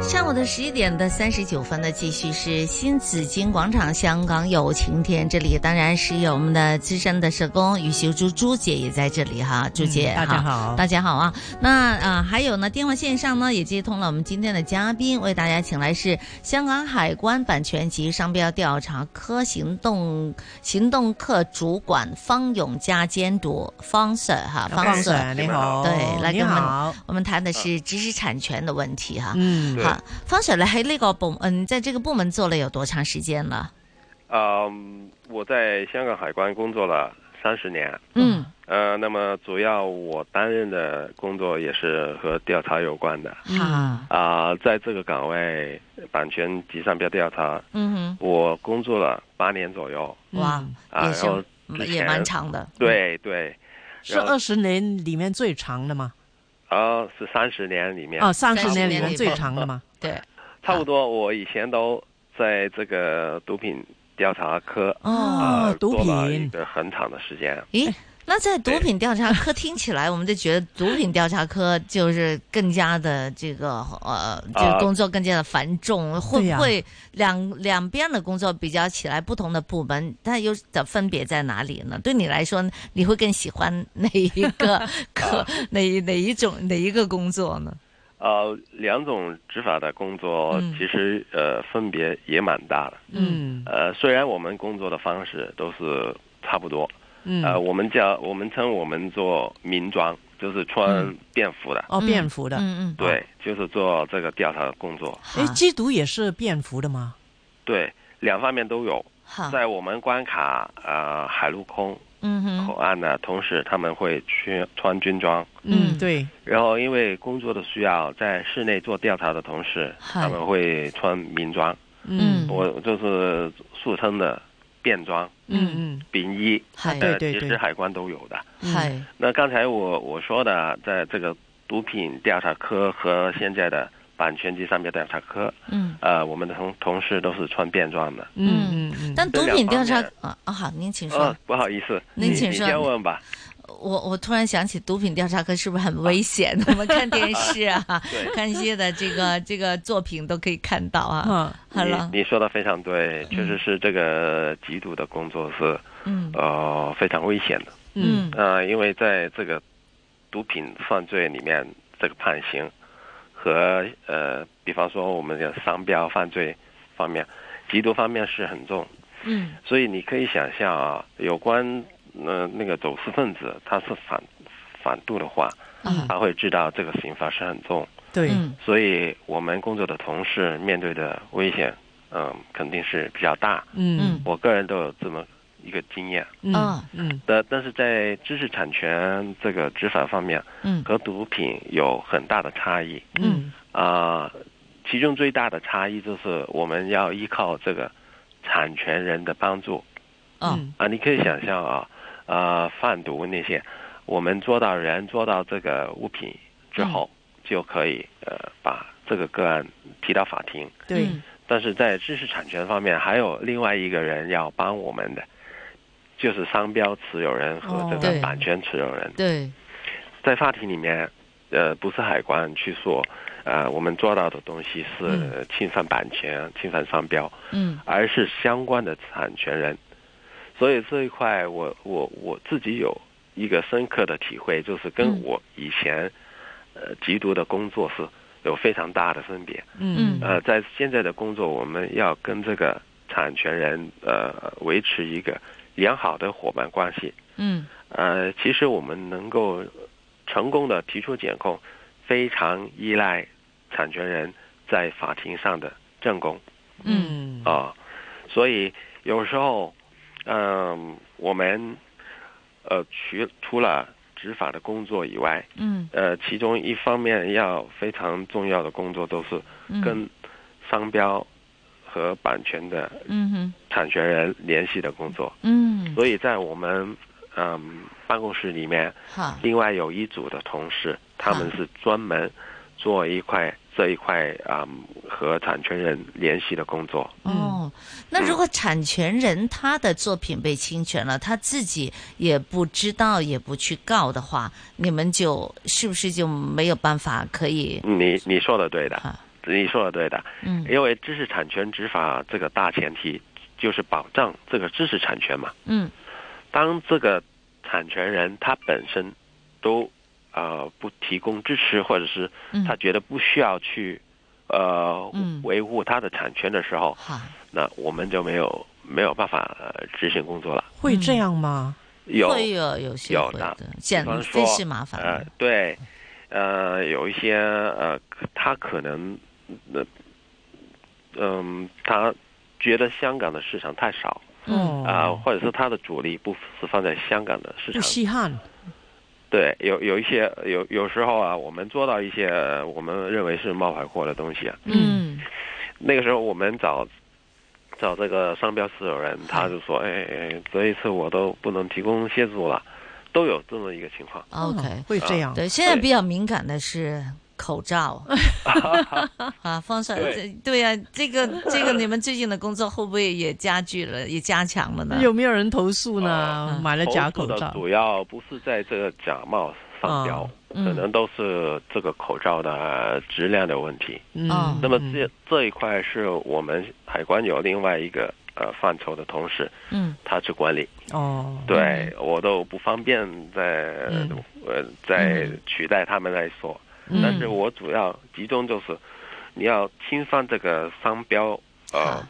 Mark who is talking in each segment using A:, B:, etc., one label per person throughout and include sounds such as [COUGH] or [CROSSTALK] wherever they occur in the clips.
A: 上午的十一点的三十九分呢，继续是新紫金广场香港有晴天，这里当然是有我们的资深的社工于秀珠朱姐也在这里哈，朱姐、
B: 嗯大家好
A: 大家好啊。那呃还有呢，电话线上呢也接通了我们今天的嘉宾，为大家请来是香港海关版权及商标调查科行动行动课主管方永嘉监督方 Sir 哈，
B: 方
A: Sir
B: Sir，你好，
A: 对，来
B: 你
A: 跟我们
B: 好，
A: 我们谈的是知识产权的问题哈。
B: 嗯
A: 好，方 Sir，你喺呢个部嗯，在这个部门做了有多长时间了？
C: 嗯，我在香港海关工作了三十年，
A: 嗯
C: 呃，那么主要我担任的工作也是和调查有关的
A: 嗯好，
C: 啊、在这个岗位，版权及商标调查，
A: 嗯
C: 我工作了八年左右
A: 哼，哇，也
C: 啊、然后
A: 是也蛮长的。，
B: 嗯
C: 对对，
B: 是二十年里面最长的吗？
C: 啊，是三十年里面，
B: 哦，三十年里
A: 30年
B: 面最长的吗？
A: 对，
C: 差不多我以前都在这个毒品调查科啊、
B: 哦，毒
C: 做了一
B: 品，
C: 个很长的时间。
A: 咦？
B: 哎
A: 那在毒品调查科听起来，我们就觉得毒品调查科就是更加的这个呃，就
C: 啊
A: 工作更加的繁重，会
B: 对呀
A: 不会两两边的工作比较起来，不同的部门它有的分别在哪里呢？对你来说，你会更喜欢哪一
B: [LAUGHS]
A: 个
C: 啊
A: 科哪哪一种哪一个工作呢？
C: 呃，两种执法的工作
A: 嗯
C: 其实、呃分别也蛮大的。
B: 嗯
C: 呃，虽然我们工作的方式都是差不多，呃，
B: 嗯，
C: 我们叫我们称我们做民装，就是穿便服的，
B: 哦，便服的，
A: 嗯嗯，
C: 对，就是做这个调查工作，
B: 哎，缉毒也是便服的吗？
C: 对，两方面都有。
B: 啊
A: 好，
C: 在我们关卡呃海陆空
A: 嗯哼，
C: 口岸的同时，他们会去穿军装。
A: 嗯
B: 嗯，对，
C: 然后，因为工作的需要，在室内做调查的同时，
A: 嗨
C: 他们会穿民装。
A: 嗯
B: 嗯
C: 我就是俗称的便装、
B: 嗯
C: 丙衣，
A: 系
B: 对
C: 呃，其实海关都有的。
B: 嗯，
A: 系，
C: 那刚才我我说的，啊在这个毒品调查科和现在的版权及商标调查科，
A: 嗯。
C: 呃，我们的同同事都是穿便装的。
B: 嗯嗯嗯，
A: 但毒品调查
C: 这两
A: 啊啊好，您请说
C: 呃，。不好意思，
A: 您
C: 你
A: 请
C: 你
A: 说
C: 先问吧。
A: 我我突然想起，毒品调查科是不是很危险？我们看电视啊，
C: 对，
A: 看一些的这个这个作品都可以看到啊。
B: 啊，
A: 好了，
C: 你你说的非常对，确实是这个缉毒的工作是
A: 嗯
C: 呃非常危险的。
B: 嗯
A: 嗯
C: 呃，因为在这个毒品犯罪里面，这个判刑和呃，比方说我们的商标犯罪方面，缉毒方面是很重，
A: 嗯
C: 所以你可以想象啊，有关呃那个走私分子他是反反度的话，
A: 啊
C: 他会知道这个刑罚是很重，
B: 对，
A: 嗯
C: 所以我们工作的同事面对的危险，嗯、肯定是比较大。
B: 嗯
C: 我个人都有这么一个经验。
B: 嗯嗯
C: 但但是在知识产权这个执法方面
A: 嗯
C: 和毒品有很大的差异
B: 嗯
C: 啊、其中最大的差异就是我们要依靠这个产权人的帮助
A: 哦
B: 嗯
C: 啊，你可以想象啊，啊贩毒那些，我们捉到人捉到这个物品之后，
A: 嗯
C: 就可以呃把这个个案提到法庭，
B: 对，
A: 嗯
C: 但是在知识产权方面，还有另外一个人要帮我们的，就是商标持有人和这
A: 哦对
C: 个版权持有人。
A: 对
C: 在法庭里面，呃，不是海关去说，呃，我们抓到的东西是
A: 嗯
C: 侵犯版权、侵犯商标，
A: 嗯
C: 而是相关的产权人。所以这一块我，我我自己有一个深刻的体会，就是
A: 嗯
C: 跟我以前，呃，缉毒的工作是有非常大的分别。
B: 嗯
C: 呃，在现在的工作，我们要跟这个产权人呃维持一个良好的伙伴关系。
A: 嗯
C: 呃，其实我们能够成功的提出检控，非常依赖产权人在法庭上的证供
A: 嗯
B: 嗯
C: 啊、所以有时候，嗯、我们呃除除了执法的工作以外，
A: 嗯
C: 呃，其中一方面要非常重要的工作都是
A: 嗯
C: 跟商标和版权的
A: 嗯哼
C: 产权人联系的工作。
A: 嗯
C: 所以在我们嗯、办公室里面，
A: 好
C: 另外有一组的同事，他们是专门做一块这一块啊、嗯和产权人联系的工作。
A: 哦，那如果产权人他的作品被侵权了，他自己也不知道也不去告的话，你们就是不是就没有办法可以
C: 你你说的对的，
A: 啊？
C: 你说的对的，
A: 嗯
C: 因为知识产权执法这个大前提就是保障这个知识产权嘛。
A: 嗯
C: 当这个产权人他本身都呃不提供支持，或者是
A: 嗯，
C: 他觉得不需要去呃
A: 嗯
C: 维护他的产权的时候，
A: 好
C: 那我们就没有没有办法、呃执行工作了。
B: 会这样吗？
C: 有
A: 会有有些
C: 有
A: 会
C: 的
A: 的，讲
C: 比方
A: 费
C: 说
A: 事麻烦
C: 呃
A: 了。
C: 对，呃有一些呃他可能呃嗯、他觉得香港的市场太少
B: 哦
A: 嗯
C: 啊、或者是他的主力不是放在香港的市
B: 不
C: 场
B: 稀罕，
C: 对，有有一些有有时候啊，我们做到一些呃我们认为是冒牌货的东西啊，
A: 嗯
C: 那个时候我们找找这个商标持有人，他就说，哎哎，这一次我都不能提供协助了，都有这么一个情况。
A: ，OK，
B: 哦会这样，
A: 对，现在
C: 对
A: 比较敏感的是口罩
C: [LAUGHS]
A: 啊，放上
C: 对
A: 对呀、这个这个你们最近的工作会不会也加剧了，也加强了呢？
B: 有没有人投啊诉呢
C: 哦？
B: 买了假口
C: 投诉的
B: 罩，
C: 主要不是在这个假冒商标，
B: 啊
A: 嗯
C: 可能都是这个口罩的质量的问题。
A: 哦
B: 嗯，
C: 那么这这一块是我们海关有另外一个呃范畴的同事，
A: 嗯
C: 他去管理。
B: 哦，
C: 对我都不方便再
B: 嗯
C: 呃再
A: 嗯
C: 取代他们来说，
B: 嗯
C: 但是我主要集中就是你要侵犯这个商标呃
A: 好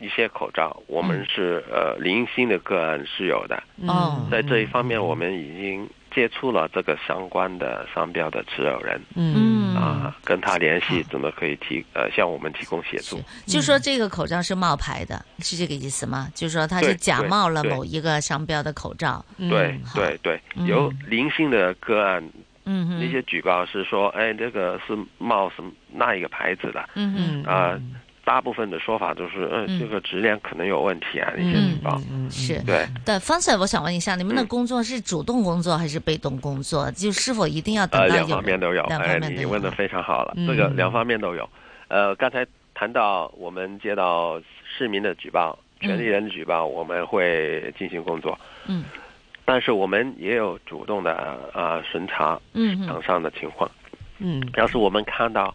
C: 一些口罩，我们是呃零星的个案是有的，
B: 嗯
A: 哦
C: 在这一方面我们已经接触了这个相关的商标的持有人
A: 嗯
C: 啊，跟他联系
A: 好
C: 怎么可以提呃向我们提供协助
A: 是，就说这个口罩是冒牌的，是这个意思吗？就说它是
C: 对
A: 假
C: 对
A: 冒了
C: 对
A: 某一个商标的口罩。
C: 对
B: 嗯
C: 对对，
A: 嗯
C: 有零星的个案
A: 嗯哼，
C: 那些举报是说，哎，这个是冒什么那一个牌子的，
A: 嗯哼
B: 嗯
C: 啊大部分的说法都是，呃、
A: 嗯
C: 这个质量可能有问题啊，那些
A: 嗯
C: 举报。
B: 嗯
A: 是。
C: 对，
A: 但方 Sir，我想问一下，你们的
C: 嗯
A: 工作是主动工作还是被动工作？就是否一定要等
C: 呃，
A: 到
C: 两
A: 有
C: 方面都有。
A: 两
C: 哎，
A: 方面都
C: 你
A: 有
C: 问的
A: 啊
C: 非常好了，
B: 嗯
C: 这个两方面都有。呃，刚才谈到我们接到市民的举报、权利人的举报，我们会进行工作，
A: 嗯
C: 但是我们也有主动的呃审查
A: 嗯哼
C: 场上的情况。
B: 嗯
C: 要是我们看到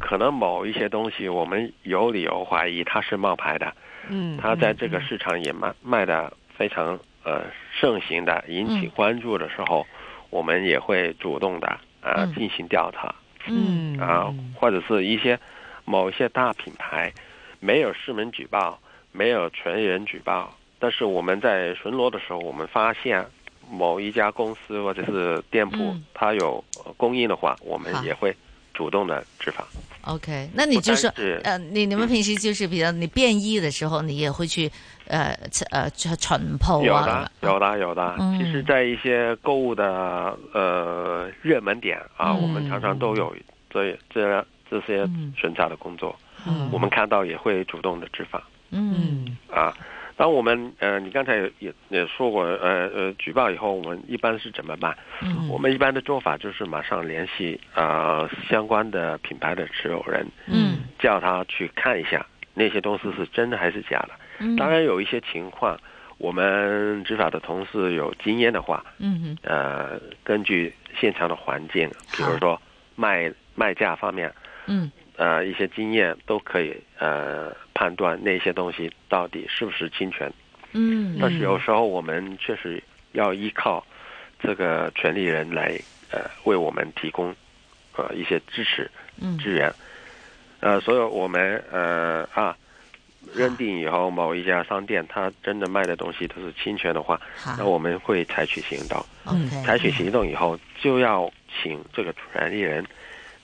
C: 可能某一些东西，我们有理由怀疑它是冒牌的，
B: 嗯，
C: 它在这个市场也卖卖的非常呃盛行的，引起
A: 嗯
C: 关注的时候，我们也会主动的呃
A: 嗯
C: 进行调查
A: 嗯
B: 嗯
C: 啊，或者是一些某一些大品牌没有市民举报，没有权益人举报，但是我们在巡逻的时候，我们发现。某一家公司或者是店铺
A: 嗯，
C: 它有呃供应的话，我们
A: 好
C: 也会主动的执法。
A: ，OK，那你
C: 不
A: 就
C: 单
A: 说
C: 是
A: 呃，你你们平时就是比较你便衣的时候，你也会去呃呃去巡铺
C: 有
A: 啊
C: 的，，有的，有的。
A: 嗯
C: 其实，在一些购物的呃热门点啊，
A: 嗯
C: 我们常常都有这这这些
A: 嗯
C: 巡查的工作，
B: 嗯
C: 我们看到也会主动的执法
A: 嗯
B: 嗯
C: 啊。当我们呃，你刚才也也也说过，呃呃，举报以后，我们一般是怎么办？
A: 嗯
C: 我们一般的做法就是马上联系呃相关的品牌的持有人，
A: 嗯
C: 叫他去看一下那些东西是真的还是假的。
A: 嗯，
C: 当然有一些情况，我们执法的同事有经验的话，
A: 嗯
C: 呃，根据现场的环境，比
A: 好
C: 如说卖卖价方面，
A: 哼嗯
C: 呃，一些经验都可以呃判断那些东西到底是不是侵权。
A: 嗯
C: 但是有时候我们确实要依靠这个权利人来呃为我们提供呃一些支持。
A: 嗯
C: 支援。呃，所以我们呃啊，认定以后某一家商店它真的卖的东西都是侵权的话，
B: 啊
A: 好
C: 那我嗯们会采取行动。
B: 嗯
A: ，OK，
C: 采取行动以后，就要请这个权利人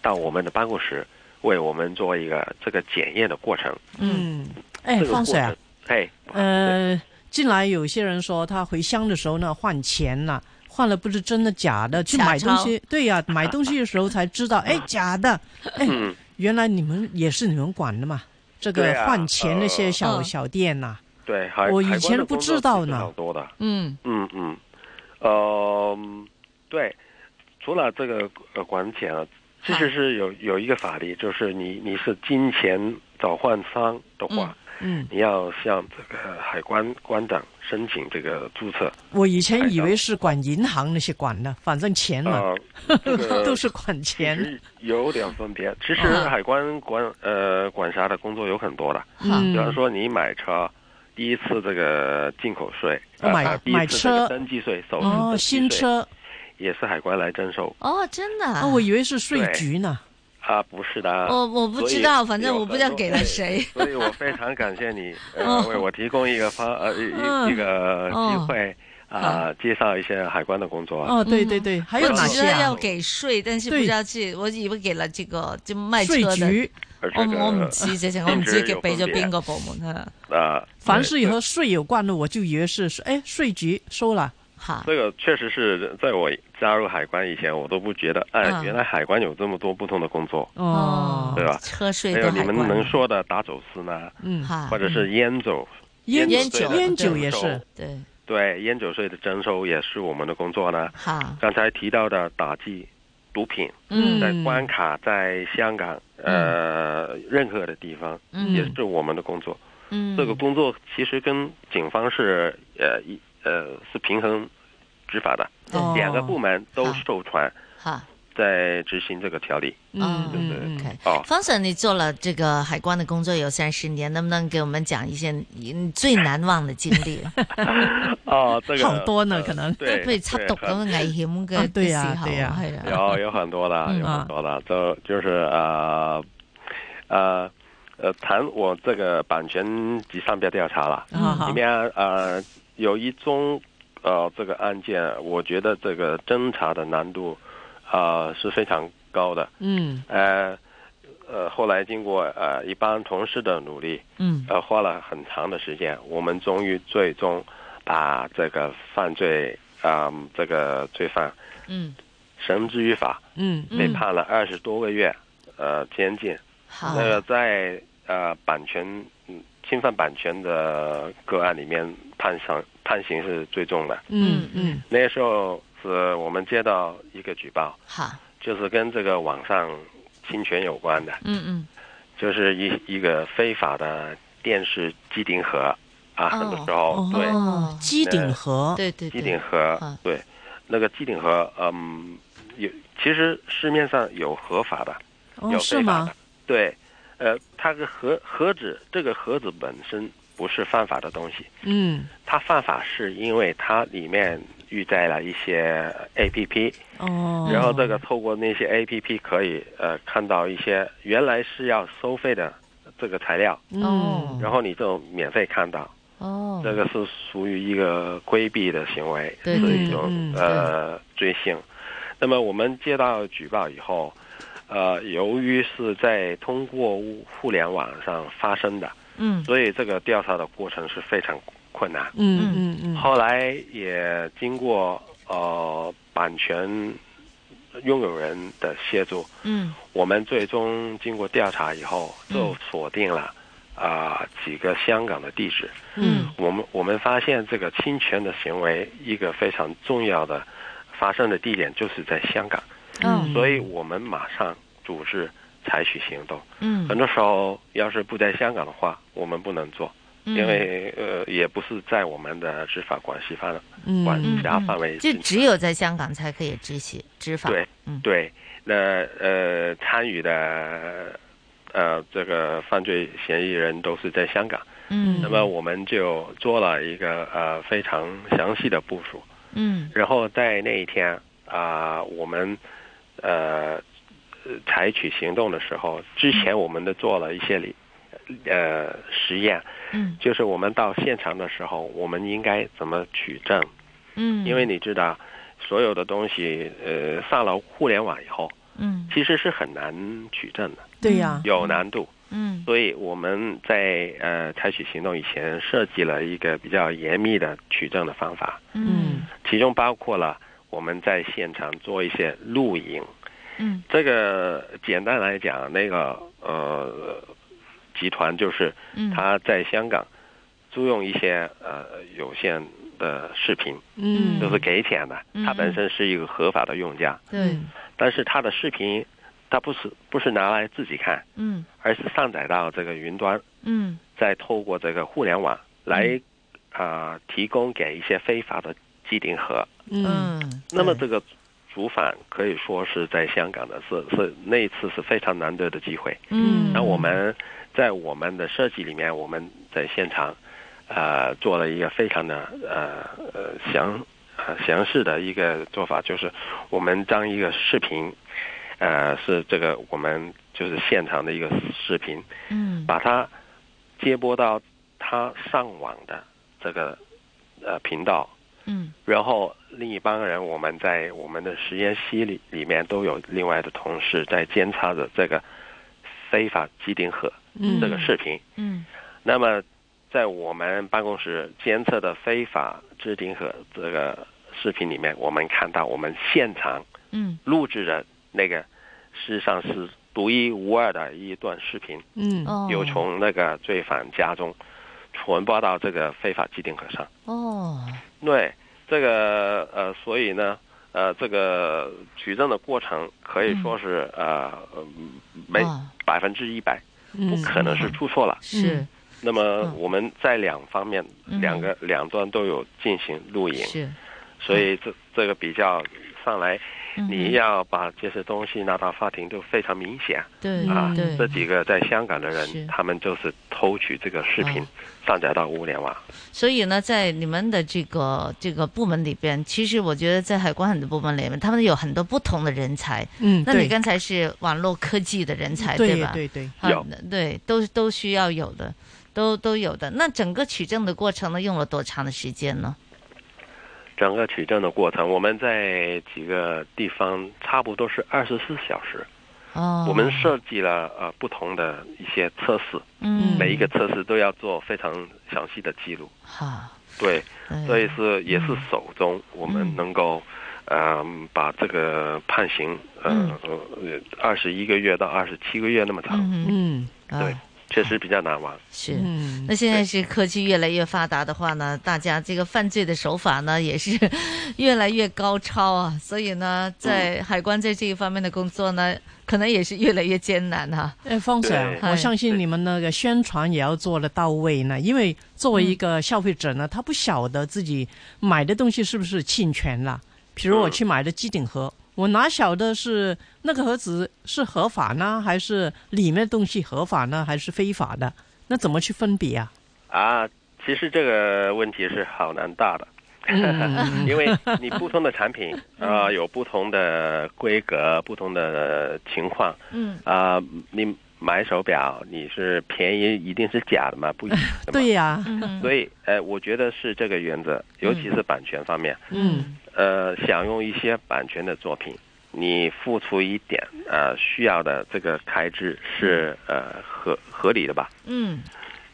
C: 到我们的办公室为我们做一个这个检验的过程。
A: 嗯
B: 嗯，哎
C: 这，个
B: 方
C: 过哎
B: Sir 啊呃
C: 程，，嘿，
B: 呃，近来有些人说他回乡的时候呢换钱了，换了不是真的假的，去
A: 假
B: 买东
A: 钞
B: 西，对呀、买东西的时候才知道，哎，假的，哎，
C: 嗯，
B: 原来你们也是你们管的嘛。这
C: 对
B: 个
C: 啊
B: 换钱那些
C: 呃
B: 小、
A: 嗯
B: 小店呐、
C: 对，海
B: 我以
C: 海关
B: 前
C: 的
B: 不
C: 工作
B: 知道
C: 是非
B: 呢
C: 常多的，
A: 嗯
C: 嗯嗯，呃，对，除了这个呃管钱啊，其
A: 好
C: 实是有有一个法律，就是你你是金钱转换商的话，
B: 嗯，
C: 你要向这个海关关长申请这个注册。
B: 我以前以为是管银行那些管的，反正钱嘛、
C: 呃，这个
B: 嗯 [LAUGHS] 都是管钱
C: 其。实有点分别。其实
A: 嗯
C: 海关管呃管辖的工作有很多的，
A: 嗯
C: 比方说你买车。第一次这个进口税，
B: 哦买
C: 呃第
B: 买
C: 一次这个
B: 车
C: 登记税，首次
B: 哦，
C: 登
B: 新
C: 记税
B: 车
C: 也是海关来征收
A: 哦，真的啊，
B: 啊，我以为是税局呢。
C: 啊，不是的，
A: 我我不知道，反正我不知道给了谁。
C: 所以我非常感谢你，呃
A: 哦，
C: 为我提供一个方呃一
B: 嗯
C: 一一个机会啊，介绍一些海关的工作。啊
B: 哦，对对对，还有
C: 嗯
A: 我
B: 哪
A: 只知
B: 些
A: 道
B: 啊
A: 要？给税，但是不
B: 对
A: 知道是，我以为给了这个就卖车
B: 税
A: 的，
B: 局，
C: 而
A: 我
C: 这
A: 哦我唔
C: 个
A: 知直情，我唔知
C: 性质
A: 给
C: 有
A: 俾咗
C: 分别
A: 边個部門啊？
C: 啊，
B: 凡
C: 对
B: 是和税有关的，我就以为是哎税局收了。
A: 哈，
C: 这个确实是在我加入海关以前，我都不觉得，哎
A: 嗯，
C: 原来海关有这么多不同的工作。
B: 哦，
C: 嗯对吧
A: 车税
C: 还
A: 都
C: 有
A: 海
C: 你们
A: 关啊
C: 能说的打走私呢，
B: 嗯，
A: 哈
C: 或，者是烟酒，
B: 烟
A: 烟酒
C: 税的
B: 烟酒
C: 征
B: 也
C: 收
B: 是，
A: 对，
C: 对烟酒税的征收也是我们的工作呢。
A: 哈，
C: 刚才提到的打击毒品，
A: 嗯
C: 在
B: 嗯
C: 关卡，在香港，呃，任何的地方也
A: 嗯
C: 是我们的工作。
A: 嗯，
C: 这个工作其实跟警方是呃一呃是平衡执法的，
B: 哦
C: 两个部门都
A: 好
C: 授权
A: 哈，
C: 在执行这个条例。
B: 嗯
C: 对
B: 嗯
A: ，OK
B: 嗯。
C: 哦，
A: 方 Sir，你做了这个海关的工作有三十年，能不能给我们讲一些你你最难忘的经历？
C: 哦，这个
B: 好多呢
C: 呃
B: 可能 [LAUGHS]
C: [LAUGHS]
A: 譬
C: 对，
A: 如緝毒咁嘅
C: 对
A: 危險
B: 啊
A: 嘅
B: 對
A: 嘅
B: 啊
A: 時候，
B: 對啊
A: 係
C: 很
A: 啊，
C: 有有很多的，
A: 嗯
C: 有很多的，就就是呃呃呃，谈我这个版权及商标调查了。
A: 嗯
B: 啊好
C: 里面呃有一宗呃这个案件，我觉得这个侦查的难度啊、呃是非常高的。
B: 嗯
C: 呃呃，后来经过呃一帮同事的努力，
B: 嗯
C: 呃花了很长的时间，我们终于最终把这个犯罪啊、呃这个罪犯
A: 嗯，
C: 绳之于法，
B: 嗯
C: 被判了二十多个月呃监禁。
A: 好
C: 那，个在呃版权嗯侵犯版权的个案里面，判刑判刑是最重的。
B: 嗯嗯
C: 那时候是我们接到一个举报，
A: 好，
C: 就是跟这个网上侵权有关的，
A: 嗯嗯。
C: 就是一一个非法的电视机顶盒啊，
A: 哦
C: 很多时候、
B: 哦
C: 对
A: 哦
B: 机顶盒，
A: 对对
C: 机
A: 对，
C: 顶盒
A: 啊
C: 对那个机顶盒，嗯，有其实市面上有合法的，
B: 哦
C: 有
B: 是
C: 非法
B: 吗
C: 的？，对，呃，它的盒盒子这个盒子本身不是犯法的东西，
B: 嗯
C: 它犯法是因为它里面预载了一些 A P P，
B: 哦，
C: 然后这个透过那些 A P P 可以呃看到一些原来是要收费的这个材料，
B: 嗯
A: 哦
C: 然后你就免费看到，
A: 哦，
C: 这个是属于一个规避的行为，
A: 对
C: 是
A: 对
C: 一种
B: 嗯
C: 呃罪行。那么我们接到举报以后，呃，由于是在通过互互联网上发生的，
A: 嗯
C: 所以这个调查的过程是非常困难。
B: 嗯嗯嗯
C: 后来也经过呃版权拥有人的协助，
A: 嗯
C: 我们最终经过调查以后，
B: 嗯
C: 就锁定了啊、几个香港的地址。
B: 嗯
A: 嗯
C: 我们我们发现这个侵权的行为，一个非常重要的发生的地点就是在香港，
A: 嗯
C: 所以我们马上组织采取行动。
A: 嗯，
C: 很多时候，要是不在香港的话，我们不能做，
A: 嗯
C: 因为呃，也不是在我们的执法管辖范
B: 嗯
C: 管
A: 嗯
C: 辖范围
A: 就
C: 之内。
A: 只有在香港才可以执行执法，
C: 对
A: 嗯
C: 对，那呃，参与的呃这个犯罪嫌疑人都是在香港，
A: 嗯
C: 那么我们就做了一个呃非常详细的部署。
A: 嗯
C: 然后在那一天啊、我们呃呃采取行动的时候，之前我们都做了一些里呃实验，
A: 嗯
C: 就是我们到现场的时候，我们应该怎么取证？
A: 嗯，
C: 因为你知道，所有的东西呃上了互联网以后，
A: 嗯
C: 其实是很难取证的，
B: 对呀，
C: 有难度。
A: 嗯
C: 所以我们在呃采取行动以前，设计了一个比较严密的取证的方法。
A: 嗯
C: 其中包括了我们在现场做一些露营。
A: 嗯
C: 这个简单来讲，那个呃集团就是
A: 嗯，
C: 他在香港租用一些呃有线的视频，
A: 嗯
C: 都是给钱的
A: 嗯，
C: 他本身是一个合法的用家，
B: 嗯
A: 对，
C: 但是他的视频，他不是不是拿来自己看，
A: 嗯
C: 而是上载到这个云端，
A: 嗯
C: 再透过这个互联网来啊、提供给一些非法的机顶盒。
B: 嗯
A: 嗯，
C: 那么这个主犯可以说是在香港的是是那一次是非常难得的机会。
A: 嗯，
C: 那我们在我们的设计里面，我们在现场，呃，做了一个非常的呃呃详呃详细的一个做法，就是我们将一个视频，呃，是这个我们就是现场的一个视频，
A: 嗯
C: 把它接播到他上网的这个呃频道，
A: 嗯
C: 然后另一帮人，我们在我们的实验室里里面都有另外的同事在监察着这个非法机顶盒
B: 嗯
C: 这个视频。
A: 嗯
C: 那么，在我们办公室监测的非法机顶盒这个视频里面，我们看到我们现场
A: 嗯
C: 录制的那个，事实上是独一无二的一段视频，
B: 嗯
A: 哦，
C: 有从那个罪犯家中传播到这个非法机顶盒上。
A: 哦，
C: 嗯对，这个呃，所以呢，呃，这个取证的过程可以
A: 嗯
C: 说是、呃呃没
A: 哦
C: 百分之一百，
B: 嗯
C: 不可能是出错了。
A: 是
C: 那么我们在两方面，
A: 嗯
C: 两个两端都有进行录影，
A: 是，
C: 所以这这个比较上来，
A: 嗯
C: 你要把这些东西拿到法庭就非常明显
A: 对
C: 啊。
A: 对
C: 这几个在香港的
A: 是
C: 人，他们就是偷取这个视频
A: 啊，
C: 上载到物联网。
A: 所以呢，在你们的这个这个部门里边，其实我觉得在海关很多部门里面，他们有很多不同的人才。
B: 嗯，
A: 那你
B: 对
A: 刚才是网络科技的人才，
B: 对
A: 吧？
B: 对对，
A: 啊
C: 有
A: 对，都都需要有的，都都有的。那整个取证的过程呢，用了多长的时间呢？
C: 整个取证的过程，我们在几个地方差不多是二十四小时。
A: 哦，
C: 我们设计了呃不同的一些测试，
A: 嗯
C: 每一个测试都要做非常详细的记录。
A: 好，
C: 对，
A: 对
C: 所以是也是手中我
A: 嗯
C: 们能够，嗯，把这个判刑，呃，二十一个月到二十七个月那么长，
A: 嗯
B: 嗯
A: 哼
C: 对
A: 啊、
C: 确实比较难玩。
A: 是。
B: 嗯
A: 那现在是科技越来越发达的话呢，大家这个犯罪的手法呢也是 [LAUGHS] 越来越高超啊，所以呢，
C: 嗯
A: 在海关在这一方面的工作呢，可能也是越来越艰难啊。
B: 哎，方 Sir，
C: 对
B: 我相信你们那个宣传也要做得到位呢，因为作为一个消费
A: 嗯
B: 者呢，他不晓得自己买的东西是不是侵权了。比如我去买的机顶
A: 嗯
B: 盒，我哪晓得是那个盒子是合法呢，还是里面的东西合法呢，还是非法的？那怎么去分别啊？
C: 啊，其实这个问题是好难大的，
A: 嗯 [LAUGHS]
C: 因为你不同的产品啊、有不同的规格、不同的情况
A: 嗯，
C: 啊、你买手表，你是便宜一定是假的嘛？不一定的嘛
B: 对呀、
A: 嗯
C: [LAUGHS] 所以，呃，我觉得是这个原则，尤其是版权方面，
B: 嗯
C: 呃，享用一些版权的作品，你付出一点呃需要的这个开支是呃合合理的吧？
A: 嗯，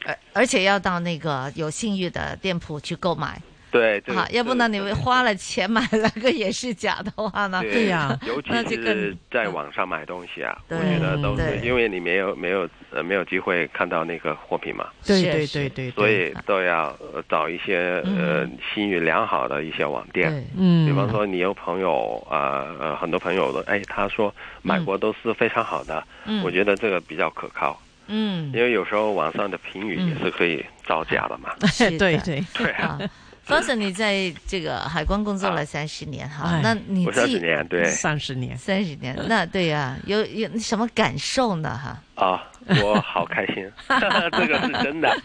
A: 而而且要到那个有信誉的店铺去购买
C: 对，这个
A: 啊，要不呢，你花了钱买了个也是假的话呢，
B: 对呀
C: [LAUGHS] 尤
A: 啊那
C: 其
A: 这个嗯
C: 是在网上买东西啊，
A: 对
C: 我觉得都
A: 对
C: 是因为你没有没有呃没有机会看到那个货品嘛，
B: 对
A: 是
B: 对
A: 是
B: 对对，
C: 所以都要呃找一些呃
A: 嗯
C: 信誉良好的一些网店。
A: 对，
B: 嗯，
C: 比方说，你有朋友啊，呃呃，很多朋友的，哎，他说买过都是非常好的，
A: 嗯，
C: 我觉得这个比较可靠，
A: 嗯
C: 因为有时候网上的评语也是可以造假的嘛。
A: [LAUGHS]
C: [LAUGHS]
A: 是的
B: 对对，
C: 对啊，
A: 啊。方 Sir，你在这个海关工作了三十年哈，
B: 哎
A: 那你
C: 我
A: 自
C: 三十
A: 己
C: 年，啊对
B: 三十年，
A: 三十 [LAUGHS] 年，那对呀、有有什么感受呢？哈，
C: 啊，我好开心， [LAUGHS] 这个是
A: [LAUGHS]
C: 真的。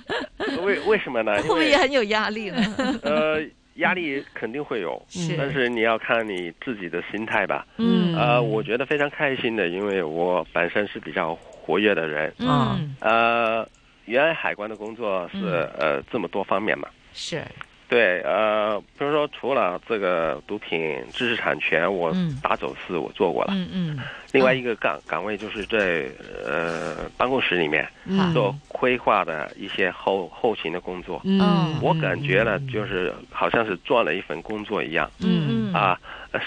C: 为为什么呢？
A: [LAUGHS] 会
C: 因
A: 不会
C: 为
A: 也很有压力呢？
C: 呃，压力肯定会有，
B: 是
C: 但是你要看你自己的心态吧。
A: 嗯
C: 呃，我觉得非常开心的，因为我本身是比较活跃的人。
B: 啊
A: 嗯，
C: 呃，原来海关的工作是、呃这么多方面嘛。
A: 是，
C: 对，呃，比如说除了这个毒品知识产权，我
A: 嗯
C: 打走私我做过了。
A: 嗯嗯
C: 另外一个岗岗位就是在呃办公室里面
A: 嗯
C: 做规划的一些后后勤的工作。
B: 嗯，
C: 我感觉呢，就是好像是赚了一份工作一样。
A: 嗯
B: 嗯
A: 嗯
C: 啊，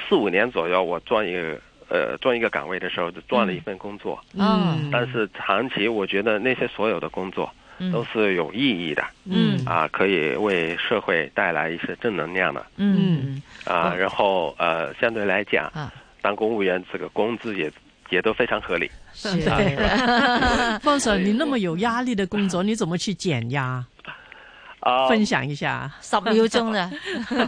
C: 四五年左右我转一个呃转一个岗位的时候，就转了一份工作。
A: 嗯
C: 但是长期我觉得那些所有的工作都
A: 嗯
C: 是有意义的、
A: 嗯
C: 啊，可以为社会带来一些正能量的
A: 嗯
C: 啊。
A: 嗯
C: 然后呃，相对来讲
B: 嗯
A: 啊，
C: 当公务员这个工资也也都非常合理。
A: 是 [LAUGHS]
B: 啊
A: 的，
B: 方 Sir，你那么有压力的工作，你怎么去减压？
C: 啊，
B: 分享一下，
A: [LAUGHS] 十秒钟的，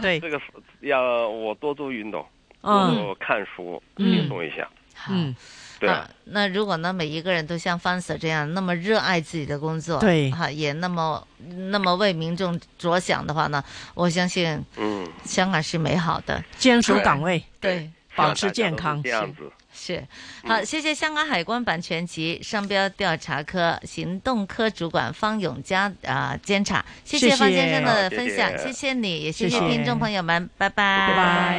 B: 对，
C: 这个是要我多做运动，
B: 嗯
C: 多看书，
B: 嗯
C: 运动一下。
A: 好
B: 嗯，
C: 对
A: 啊，那如果呢，每一个人都像范 Sir 这样那么热爱自己的工作，
B: 对
A: 哈，也那么那么为民众着想的话呢，我相信
C: 嗯，
A: 香港是美好的。
B: 坚守岗位，
A: 对，
B: 保持健康
C: 希望大家都是这样子。
A: 是
C: 嗯
A: 好，谢谢香港海关版权及商标调查科行动科主管方永嘉啊、呃监察，谢
B: 谢谢
A: 方先生
C: 好
A: 的
C: 谢
A: 分
C: 谢
A: 享，谢谢你，也谢
B: 谢
A: 谢
B: 谢
A: 听众朋友们，拜
C: 拜
A: 拜
C: 拜